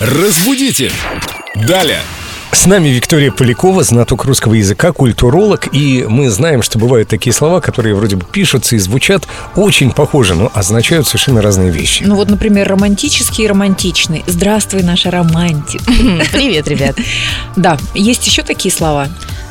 Разбудите! Далее! С нами Виктория Полякова, знаток русского языка, культуролог, и мы знаем, что бывают такие слова, которые вроде бы пишутся и звучат очень похоже, но означают совершенно разные вещи. Ну вот, например, романтический и романтичный. Здравствуй, наша романтик. Привет, ребят. Да, есть еще такие слова.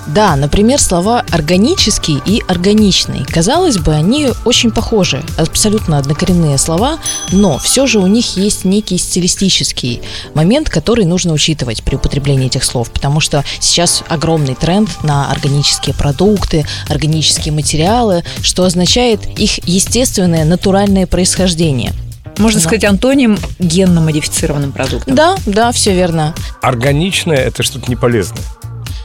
Да, например, слова «органический» и «органичный». Казалось бы, они очень похожи, абсолютно однокоренные слова, но все же у них есть некий стилистический момент, который нужно учитывать при употреблении этих слов, потому что сейчас огромный тренд на органические продукты, органические материалы, что означает их естественное, натуральное происхождение. Можно Да. сказать, антоним генно-модифицированным продуктом. Да, да, все верно. Органичное – это что-то неполезное.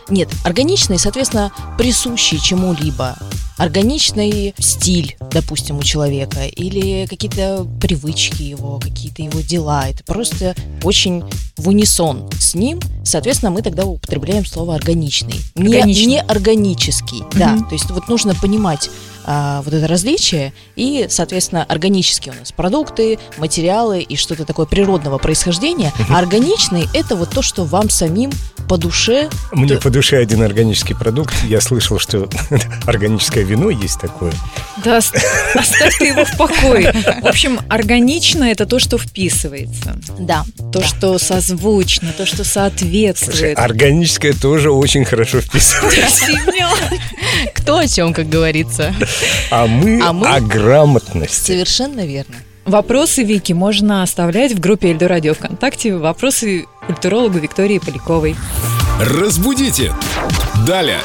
Нет, органичный, соответственно, присущий чему-либо. Органичный стиль, допустим, у человека, или какие-то привычки его, какие-то его дела. Это просто очень в унисон с ним. Соответственно, мы тогда употребляем слово органичный. Не, Органичный. не органический. Да. Мгм. То есть вот нужно понимать а, вот это различие. И, соответственно, органические у нас продукты, материалы и что-то такое природного происхождения. А органичный это вот то, что вам самим по душе Мне Да. по душе один органический продукт. Я слышал, что органическое вино есть такое. Да, ост- оставь ты его в покое. В общем, органично – это то, что вписывается. Да, То, да. а что созвучно, то, что Слушай, соответствует. органическое тоже очень хорошо вписывается. Семён. кто о чем, как говорится. А мы, А мы- о грамотности. Совершенно верно. Вопросы Вики можно оставлять в группе Эльдо Радио ВКонтакте. Вопросы культурологу Виктории Поляковой. Разбудите! Далее!